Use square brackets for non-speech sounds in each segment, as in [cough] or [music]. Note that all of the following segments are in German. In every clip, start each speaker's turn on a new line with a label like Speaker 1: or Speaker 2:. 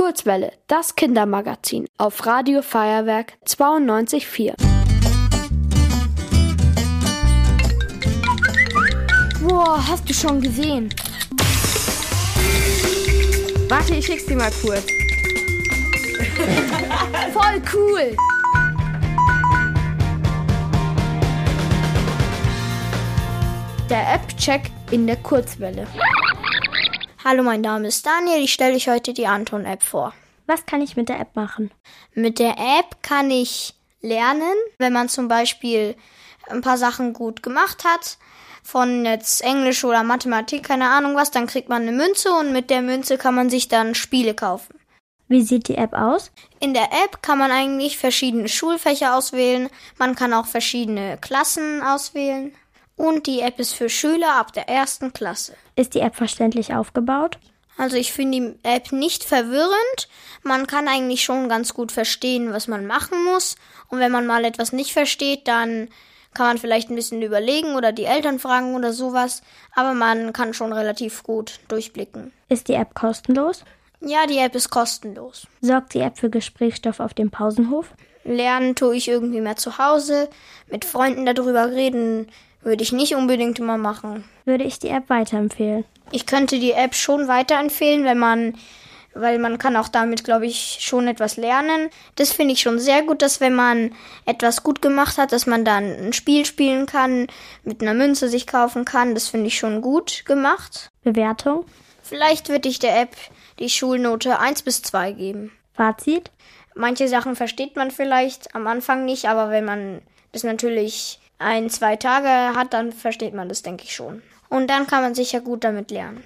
Speaker 1: Kurzwelle, das Kindermagazin auf Radio Feuerwerk 924.
Speaker 2: Boah, hast du schon gesehen?
Speaker 3: Warte, ich schick's dir mal kurz.
Speaker 2: [laughs] Voll cool!
Speaker 1: Der App-Check in der Kurzwelle.
Speaker 4: Hallo, mein Name ist Daniel. Ich stelle euch heute die Anton-App vor.
Speaker 5: Was kann ich mit der App machen?
Speaker 4: Mit der App kann ich lernen, wenn man zum Beispiel ein paar Sachen gut gemacht hat, von jetzt Englisch oder Mathematik, keine Ahnung was, dann kriegt man eine Münze und mit der Münze kann man sich dann Spiele kaufen.
Speaker 5: Wie sieht die App aus?
Speaker 4: In der App kann man eigentlich verschiedene Schulfächer auswählen, man kann auch verschiedene Klassen auswählen. Und die App ist für Schüler ab der ersten Klasse.
Speaker 5: Ist die App verständlich aufgebaut?
Speaker 4: Also ich finde die App nicht verwirrend. Man kann eigentlich schon ganz gut verstehen, was man machen muss. Und wenn man mal etwas nicht versteht, dann kann man vielleicht ein bisschen überlegen oder die Eltern fragen oder sowas. Aber man kann schon relativ gut durchblicken.
Speaker 5: Ist die App kostenlos?
Speaker 4: Ja, die App ist kostenlos.
Speaker 5: Sorgt die App für Gesprächsstoff auf dem Pausenhof?
Speaker 4: Lernen tue ich irgendwie mehr zu Hause. Mit Freunden darüber reden würde ich nicht unbedingt immer machen.
Speaker 5: Würde ich die App weiterempfehlen?
Speaker 4: Ich könnte die App schon weiterempfehlen, wenn man, weil man kann auch damit, glaube ich, schon etwas lernen. Das finde ich schon sehr gut, dass wenn man etwas gut gemacht hat, dass man dann ein Spiel spielen kann, mit einer Münze sich kaufen kann. Das finde ich schon gut gemacht.
Speaker 5: Bewertung?
Speaker 4: Vielleicht würde ich der App die Schulnote 1 bis 2 geben.
Speaker 5: Fazit?
Speaker 4: Manche Sachen versteht man vielleicht am Anfang nicht, aber wenn man das natürlich ein, zwei Tage hat, dann versteht man das, denke ich schon. Und dann kann man sicher gut damit lernen.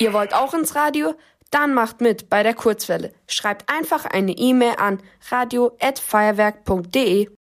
Speaker 3: Ihr wollt auch ins Radio? Dann macht mit bei der Kurzwelle. Schreibt einfach eine E-Mail an radio@feuerwerk.de.